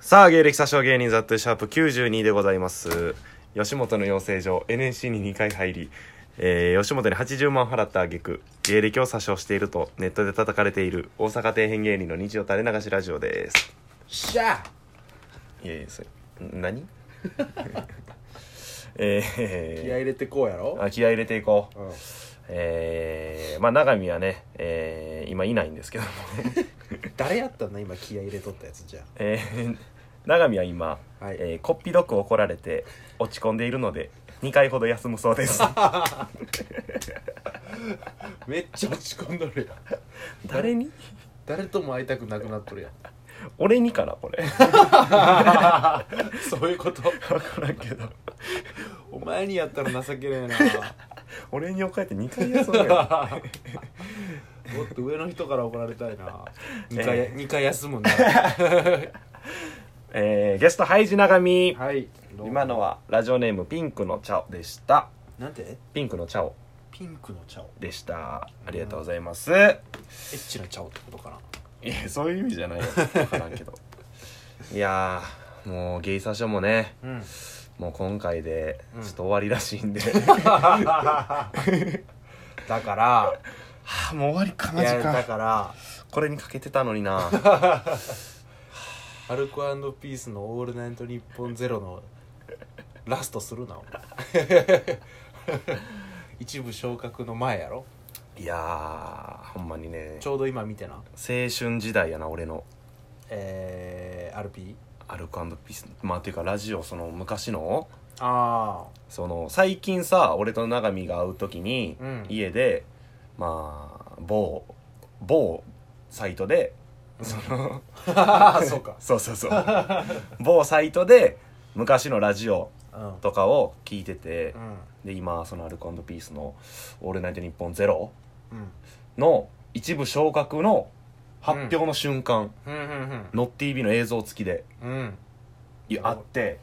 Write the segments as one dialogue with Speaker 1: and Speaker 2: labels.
Speaker 1: さあ芸歴詐称芸人ザットシャープ92でございます吉本の養成所 NSC に2回入り、えー吉本に80万払った挙句芸歴を詐称しているとネットで叩かれている大阪底辺芸人の日曜垂れ流しラジオです
Speaker 2: しゃあ
Speaker 1: いやいやそれ何 え
Speaker 2: 気合い入れてこうやろ
Speaker 1: ー、あ気合い入れていこう
Speaker 2: うん
Speaker 1: えー、まあ永見はね、えー、今いないんですけどもね
Speaker 2: 誰やったんだ今気合い入れとったやつじゃ
Speaker 1: えー、永見は今、
Speaker 2: はい
Speaker 1: えーこっぴどく怒られて落ち込んでいるので2回ほど休むそうです
Speaker 2: あめっちゃ落ち込んどるやん
Speaker 1: 誰に
Speaker 2: 誰とも会いたくなくなっとるやん
Speaker 1: 俺にかなこ れ
Speaker 2: そういうこと
Speaker 1: 分からんけど
Speaker 2: お前にやったら情けねえな
Speaker 1: 俺に怒られて2回休む よ
Speaker 2: もっと上の人から怒られたいな
Speaker 1: え
Speaker 2: 2回,、二回休むんだ
Speaker 1: えー、ゲストハイジ永見、
Speaker 2: はい
Speaker 1: 今のはラジオネームピンクのチャオでした
Speaker 2: なんて
Speaker 1: ピンクのチャオ
Speaker 2: ピンクの茶を
Speaker 1: でしたありがとうございます、
Speaker 2: エッチな茶をってことかない
Speaker 1: やそういう意味じゃ ないよ分からんけどいやーもうゲイサショもね
Speaker 2: うん
Speaker 1: もう今回で
Speaker 2: うん
Speaker 1: ちょっと終わりらしいんで、
Speaker 2: だから
Speaker 1: あ もう終わりか
Speaker 2: いやだから
Speaker 1: これにかけてたのに な
Speaker 2: アルコピースの「オールナイトニッポンゼロのラストするなお前 一部昇格の前やろ
Speaker 1: いやーほんまにね
Speaker 2: ちょうど今見てな
Speaker 1: 青春時代やな俺の
Speaker 2: えー、RP
Speaker 1: アルコピースまあっていうかラジオその昔の
Speaker 2: あ
Speaker 1: その最近さ俺と永見が会う時に、
Speaker 2: うん
Speaker 1: 家でまあ某某サイトでその
Speaker 2: あ そうか
Speaker 1: そうそうそう某サイトで昔のラジオ
Speaker 2: うん
Speaker 1: とかを聞いてて
Speaker 2: う、ん
Speaker 1: で今そのアルコピースの「オールナイトニッポンゼロ
Speaker 2: うん
Speaker 1: の一部昇格の発表の瞬間、
Speaker 2: うんうん
Speaker 1: ノッテ TV の映像付きで
Speaker 2: うんうん
Speaker 1: いあって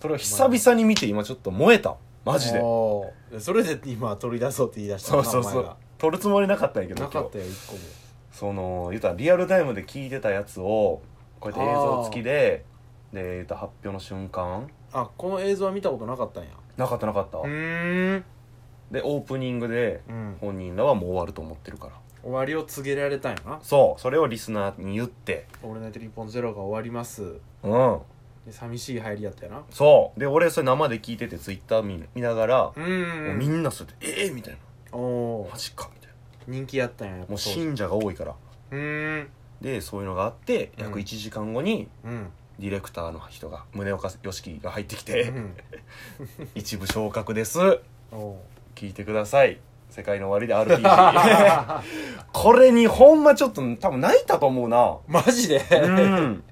Speaker 1: それを久々に見て今ちょっと燃えたマジで
Speaker 2: おーそれで今取り出そうって言い出した
Speaker 1: そ
Speaker 2: の
Speaker 1: うそう
Speaker 2: 名
Speaker 1: そ
Speaker 2: 前
Speaker 1: う
Speaker 2: が
Speaker 1: 撮るつもりなかったんやけど
Speaker 2: なかっ
Speaker 1: 今日
Speaker 2: たよ一個も
Speaker 1: その言うたらリアルタイムで聞いてたやつをこうやって映像付きでで言うたら発表の瞬間
Speaker 2: あこの映像は見たことなかったんや
Speaker 1: なかったなかった、
Speaker 2: ん
Speaker 1: でオープニングで
Speaker 2: うん
Speaker 1: 本人らはもう終わると思ってるから
Speaker 2: 終わりを告げられたんやな
Speaker 1: そうそれをリスナーに言って
Speaker 2: 「オールナイトニッポンゼロが終わります
Speaker 1: うん
Speaker 2: で寂しい入りやったよな
Speaker 1: そうで俺それ生で聞いててツイッター見見ながら、もうみ
Speaker 2: うん
Speaker 1: なそれでええみたいな
Speaker 2: おお
Speaker 1: マジかみたいな
Speaker 2: 人気やったんややっぱ
Speaker 1: もう
Speaker 2: 当時
Speaker 1: 信者が多いから
Speaker 2: うん
Speaker 1: でそういうのがあって
Speaker 2: うん
Speaker 1: 約1時間後に
Speaker 2: うん
Speaker 1: ディレクターの人が宗岡良樹が入ってき
Speaker 2: う
Speaker 1: て
Speaker 2: ん
Speaker 1: 「 一部昇格です
Speaker 2: お
Speaker 1: 聞いてください世界の終わりで RPG」こ れにほんまちょっと多分泣いたと思うな
Speaker 2: マジで
Speaker 1: うん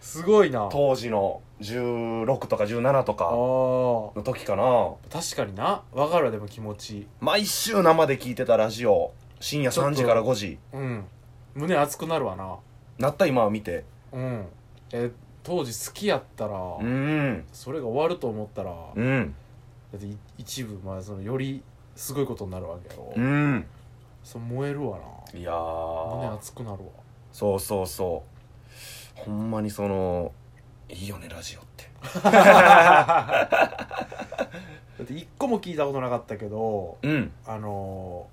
Speaker 2: すごいなあ
Speaker 1: 当時の16とか17と
Speaker 2: あ
Speaker 1: か
Speaker 2: ー
Speaker 1: の時かな
Speaker 2: 確かになわかるわでも気持ち
Speaker 1: 毎週生で聞いてたラジオ深夜3時から5時
Speaker 2: うん胸熱くなるわな
Speaker 1: なった今は見て
Speaker 2: うんえ当時好きやったら
Speaker 1: うん
Speaker 2: それが終わると思ったら
Speaker 1: う
Speaker 2: だ
Speaker 1: ん
Speaker 2: ってい一部まあそのよりすごいことになるわけやろ
Speaker 1: うん
Speaker 2: そう燃えるわ
Speaker 1: いや
Speaker 2: な胸
Speaker 1: ー
Speaker 2: 熱くなるわ
Speaker 1: そうそうそうほんまにそのいいよねラジオって
Speaker 2: だって一個も聞いたことなかったけど
Speaker 1: うん
Speaker 2: あの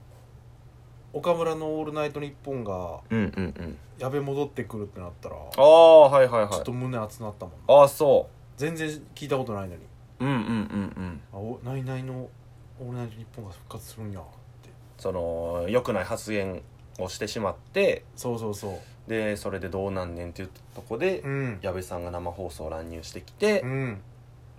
Speaker 2: ー、岡村の「オールナイトニッポン」が
Speaker 1: うんうんうん
Speaker 2: 矢部戻ってくるってなったら
Speaker 1: ああはいはい
Speaker 2: ちょ
Speaker 1: は
Speaker 2: っと
Speaker 1: い
Speaker 2: 胸熱なったもんな
Speaker 1: ああそ
Speaker 2: 全然聞いたことないのに
Speaker 1: ううんうんうんうん
Speaker 2: 「あおナイナイのオールナイトニッポン」が復活するんやって
Speaker 1: その良くない発言をしてしまって
Speaker 2: そうそうそう
Speaker 1: でそれでどうなんねんっていうとこで、
Speaker 2: うん
Speaker 1: 矢部さんが生放送乱入してきて、
Speaker 2: うん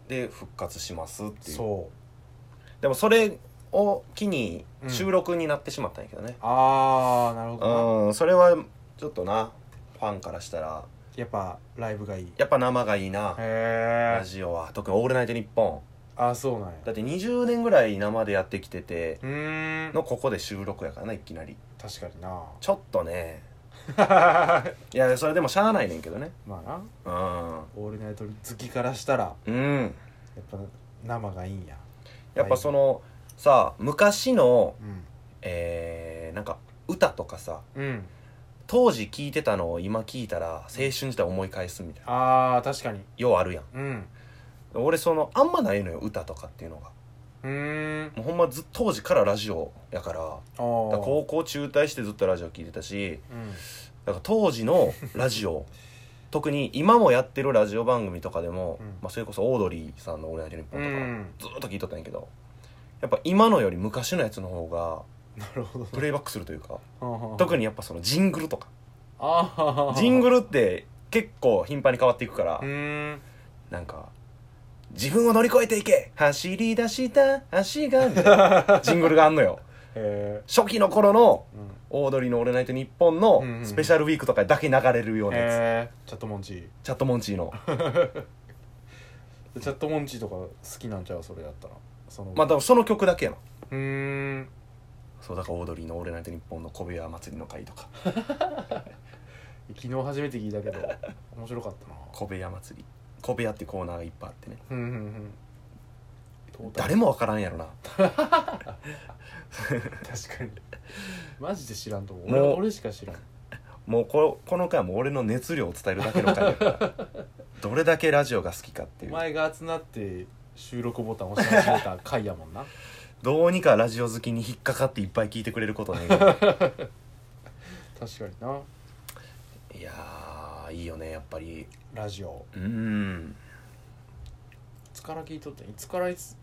Speaker 1: で復活しますっていう
Speaker 2: そう
Speaker 1: でもそれを機に
Speaker 2: うん
Speaker 1: 収録になってしまったんやけどね
Speaker 2: ああなるほどな
Speaker 1: うん、それはちょっとなファンからしたら
Speaker 2: やっぱライブがいいへ
Speaker 1: やっぱ生がいいな、
Speaker 2: え
Speaker 1: ラジオは特に「オールナイトニッポ
Speaker 2: ああそうなんや
Speaker 1: ン」だって20年ぐらい生でやってきてて
Speaker 2: うーん
Speaker 1: のここで収録やからないきなり
Speaker 2: 確かにな
Speaker 1: ちょっとねいやそれでもしゃあないねんけどね
Speaker 2: まあな
Speaker 1: うん
Speaker 2: オールナイト好きからしたら
Speaker 1: うん
Speaker 2: やっぱ生がいいんや
Speaker 1: やっぱその、さ昔の
Speaker 2: うん
Speaker 1: えー、なんか歌とかさ
Speaker 2: うん
Speaker 1: 当時聞いてたのを今聞いたら青春時代思い返すみたいな
Speaker 2: あー確かに
Speaker 1: ようあるやん
Speaker 2: うん
Speaker 1: 俺そのあんまないのよ歌とかっていうのが
Speaker 2: うーん
Speaker 1: もうほんまず当時からラジオやからだか
Speaker 2: あー
Speaker 1: ら高校中退してずっとラジオ聞いてたし
Speaker 2: うん
Speaker 1: だから当時のラジ オ特に今もやってるラジオ番組とかでも、
Speaker 2: うん
Speaker 1: まあ、それこそオードリーさんの「オールナイトニッポン」とか、
Speaker 2: うん
Speaker 1: ずーっと聞いとったんやけどやっぱ今のより昔のやつの方が
Speaker 2: なるほど
Speaker 1: プレイバックするというか
Speaker 2: に
Speaker 1: 特にやっぱそのジングルとか
Speaker 2: ああ
Speaker 1: ジングルって結構頻繁に変わっていくから、
Speaker 2: うーん
Speaker 1: なんか「自分を乗り越えていけ走り出した足が」みたい なジングルがあんのよ
Speaker 2: へ
Speaker 1: 初期の頃の
Speaker 2: ーうん
Speaker 1: オードリーの「オールナイトニッポン」
Speaker 2: うんうんう
Speaker 1: の
Speaker 2: ん
Speaker 1: スペシャルウィークとかだけ流れるようなやつ、
Speaker 2: へーチャットモンチ
Speaker 1: チャットモンチーの
Speaker 2: ーチャットモンチーとか好きなんちゃうそれやったらその
Speaker 1: まあだからその曲だけやな
Speaker 2: うーん
Speaker 1: そうだからオードリーの「オールナイトニッポン」の小部屋祭りの会とか
Speaker 2: 昨日初めて聞いたけど面白かったな
Speaker 1: 小部屋祭り小部屋っていうコーナーがいっぱいあってね
Speaker 2: うんうんうん
Speaker 1: 誰もわからんやろな
Speaker 2: 確かにマジで知らんと思う
Speaker 1: も
Speaker 2: 俺
Speaker 1: う
Speaker 2: 俺しか知らん
Speaker 1: もうここの回はもう俺の熱量を伝えるだけの回だから どれだけラジオが好きかって
Speaker 2: お
Speaker 1: いう
Speaker 2: 前が集まって収録ボタン押し始めた回やもんな
Speaker 1: どうにかラジオ好きに引っかかっていっぱい聞いてくれる ことねい
Speaker 2: 確かにな
Speaker 1: やーいいよねやっぱり
Speaker 2: ラジオ
Speaker 1: うーん
Speaker 2: いつから聞いとったんいつからいつ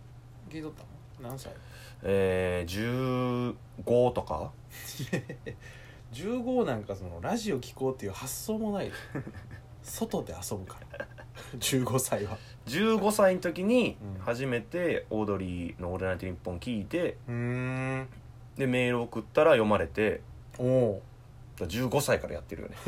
Speaker 2: 聞いとったの何歳
Speaker 1: えー、15とか
Speaker 2: 15なんかそのラジオ聞こうっていう発想も ない外で遊ぶから15歳は
Speaker 1: 15歳の時に
Speaker 2: うん
Speaker 1: 初めてオードリーの「オールナイトニッポン」聞いて
Speaker 2: うん
Speaker 1: でメール送ったら読まれて
Speaker 2: おお
Speaker 1: だから15歳からやってるよね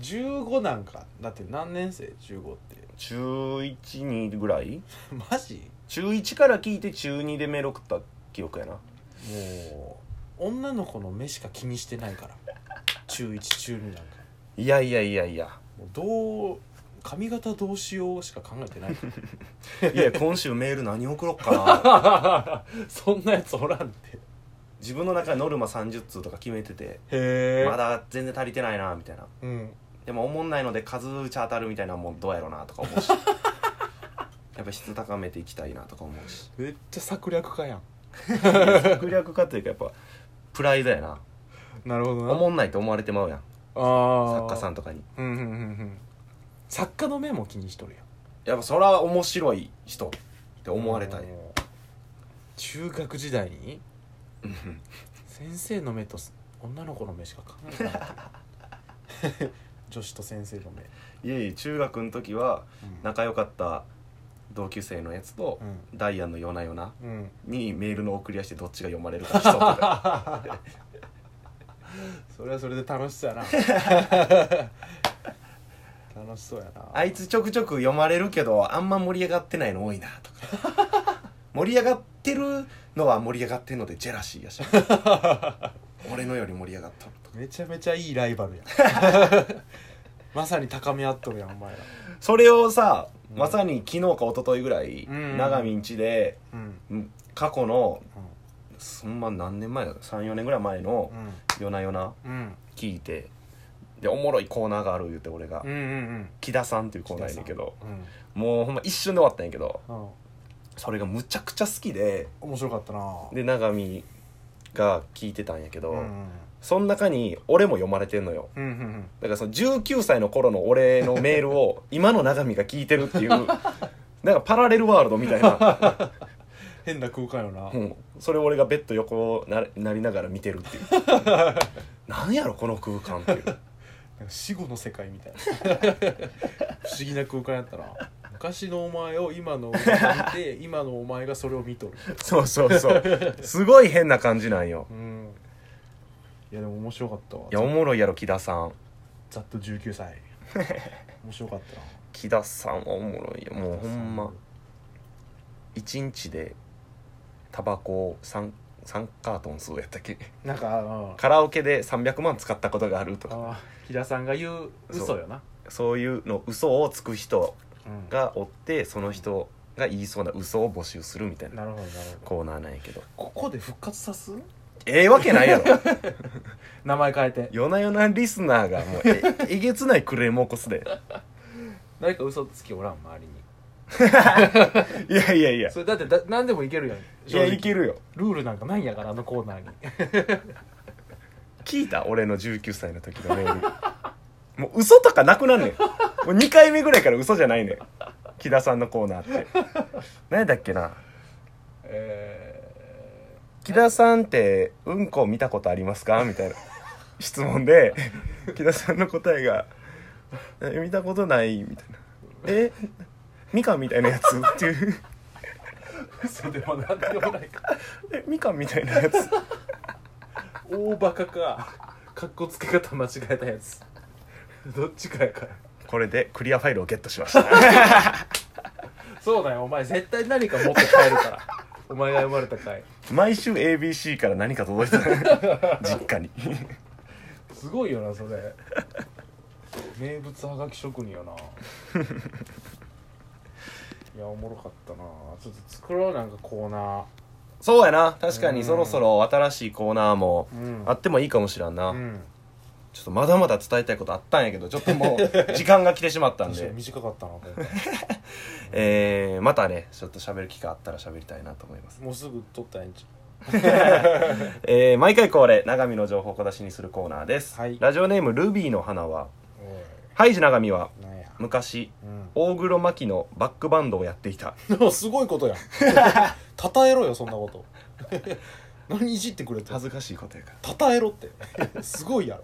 Speaker 2: 15なんかだって何年生15って
Speaker 1: 中12ぐらい
Speaker 2: マジ
Speaker 1: 中1から聞いて中2でメール送った記憶やな
Speaker 2: もう女の子の目しか気にしてないから中1中2なんか
Speaker 1: いやいやいやいや
Speaker 2: もうどう髪型どうしようしか考えてないか
Speaker 1: いや今週メール何送ろっ かな
Speaker 2: ら そんなやつおらんって
Speaker 1: 自分の中でノルマ30通とか決めてて
Speaker 2: へ
Speaker 1: まだ全然足りてないなみたいな
Speaker 2: うん
Speaker 1: でも思んないので数打ち当たるみたいなのもどうやろうなとか 思うしやっぱ質高めていきたいなとか思うし
Speaker 2: めっちゃ策略家やん
Speaker 1: 策略家というかやっぱプライドやな
Speaker 2: なるほどな
Speaker 1: 思んないと思われてまうやん
Speaker 2: あ
Speaker 1: 作家さ
Speaker 2: ん
Speaker 1: んとかに
Speaker 2: うんうんうんうん作家の目も気にしとるや
Speaker 1: や
Speaker 2: ん
Speaker 1: っぱそら面白い人って思われたい
Speaker 2: もう中学時代に
Speaker 1: うん
Speaker 2: 先生の目と女の子の目しか考えてない 女子と先生の目、
Speaker 1: いえいえ中学の時は仲良かった同級生のやつと
Speaker 2: うん
Speaker 1: ダイアンの「夜な夜な
Speaker 2: うん、うん」
Speaker 1: にメールの送り出してどっちが読まれるか競って た
Speaker 2: それはそれで楽しそうやな楽しそうやな
Speaker 1: あいつちょくちょく読まれるけどあんま盛り上がってないの多いなとか盛り上がってるのは盛り上がってるのでジェラシー やし俺のより盛り上がったとか
Speaker 2: めちゃめちゃいいライバルやん まさに高め合っとるやんお前ら
Speaker 1: それをさ、
Speaker 2: うん
Speaker 1: まさに昨日か一昨日ぐらい、
Speaker 2: うん
Speaker 1: 長見んちで
Speaker 2: う
Speaker 1: う
Speaker 2: ん
Speaker 1: ん過去の
Speaker 2: うん
Speaker 1: そんま何年前だ34年ぐらい前の「夜な夜な
Speaker 2: うんうん」
Speaker 1: 聞いてでおもろいコーナーがある言って俺が、
Speaker 2: うんうん
Speaker 1: 木田さんっていうコーナーやねんけど
Speaker 2: うん
Speaker 1: もうほんま一瞬で終わったんやけど
Speaker 2: うん
Speaker 1: それがむちゃくちゃ好きで
Speaker 2: 面白かったな
Speaker 1: で永見が聞いてたんやけど、
Speaker 2: うんうん
Speaker 1: その中に俺も読まれてんのよ
Speaker 2: うんうんうん
Speaker 1: だからその19歳の頃の俺のメール を今の永見が聞いてるっていうなんかパラレルワールドみたい な、
Speaker 2: 変な空間よな
Speaker 1: うんそれを俺がベッド横ななりながら見てる っていうなんやろこの空間っていう
Speaker 2: なんか死後の世界みたいな 不思議な空間やったな昔のお前を今のお前が見て今のお前がそれを見とる
Speaker 1: そうそうそうすごい変な感じなんよ
Speaker 2: うんいやでも面白かったわ
Speaker 1: いやおもろいやろ木田さん
Speaker 2: ざっと19歳 面白かったな
Speaker 1: 木田さんはおもろいよもうほんま1日でタバコを 3, 3カートン吸うやったっけ
Speaker 2: なんかあの
Speaker 1: カラオケで300万使ったことがあるとか
Speaker 2: あ木田さんが言う嘘よな
Speaker 1: そういうの嘘をつく人
Speaker 2: うん
Speaker 1: がおってその人が言いそうな嘘を募集するみたいな
Speaker 2: なるほどなるほど
Speaker 1: コーナーなんやけど
Speaker 2: ここで復活さす
Speaker 1: ええわけ ないやろ
Speaker 2: 名前変えて
Speaker 1: 夜な夜なリスナーがもうええげつないクレーム起こすで
Speaker 2: 誰か嘘つきおらん周りに
Speaker 1: いやいやいや
Speaker 2: それだってだ何でもいけるやん
Speaker 1: いやいけるよ
Speaker 2: ルールなんかないんやからあのコーナーに
Speaker 1: 聞いた俺の19歳の時のメールもう嘘とかなくなんねんもう2回目ぐらいから嘘じゃないねん木田さんのコーナーって何だっけな
Speaker 2: え
Speaker 1: 木田さんってうんこ見たことありますかみたいな質問で木田さんの答えが「え見たことない」みたいな「えみかんみたいなやつ?」っていう
Speaker 2: ー、嘘でもなんでもないか
Speaker 1: 「えみかんみたいなやつ?」
Speaker 2: 大バカかかっこつけ方間違えたやつどっちかやから
Speaker 1: これでクリアファイルをゲットしました
Speaker 2: そうだよお前絶対何か持って帰 るからお前が生まれた回
Speaker 1: 毎週 ABC から何か届いてた実家に
Speaker 2: すごいよなそれ名物はがき職人 よないやおもろかったなちょっと作ろうなんかコーナ
Speaker 1: そうやな確か
Speaker 2: う
Speaker 1: に
Speaker 2: ん
Speaker 1: そろそろ新しいコーナーも
Speaker 2: ーうん
Speaker 1: あってもいいかもしらんな、
Speaker 2: うん
Speaker 1: ちょっとまだまだ伝えたいことあったんやけどちょっとも う時間が来てしまったん
Speaker 2: 確かに
Speaker 1: で、
Speaker 2: 短かったな 今回
Speaker 1: えー、またねちょっと喋る機会あったら喋りたいなと思います、
Speaker 2: もうすぐ撮ったらいいんちゃ
Speaker 1: えー、毎回恒例長見の情報小出しにするコーナーです、
Speaker 2: はい
Speaker 1: ラジオネームルビーの花は
Speaker 2: うお
Speaker 1: ハイジ長見はい
Speaker 2: なんや
Speaker 1: 昔
Speaker 2: うん
Speaker 1: 大黒摩季のバックバンドをやっていた
Speaker 2: でもすごいことやん称えろよそんなこと 何いじってくれてんの
Speaker 1: 恥ずかしいことやから
Speaker 2: 称えろってすごいやろ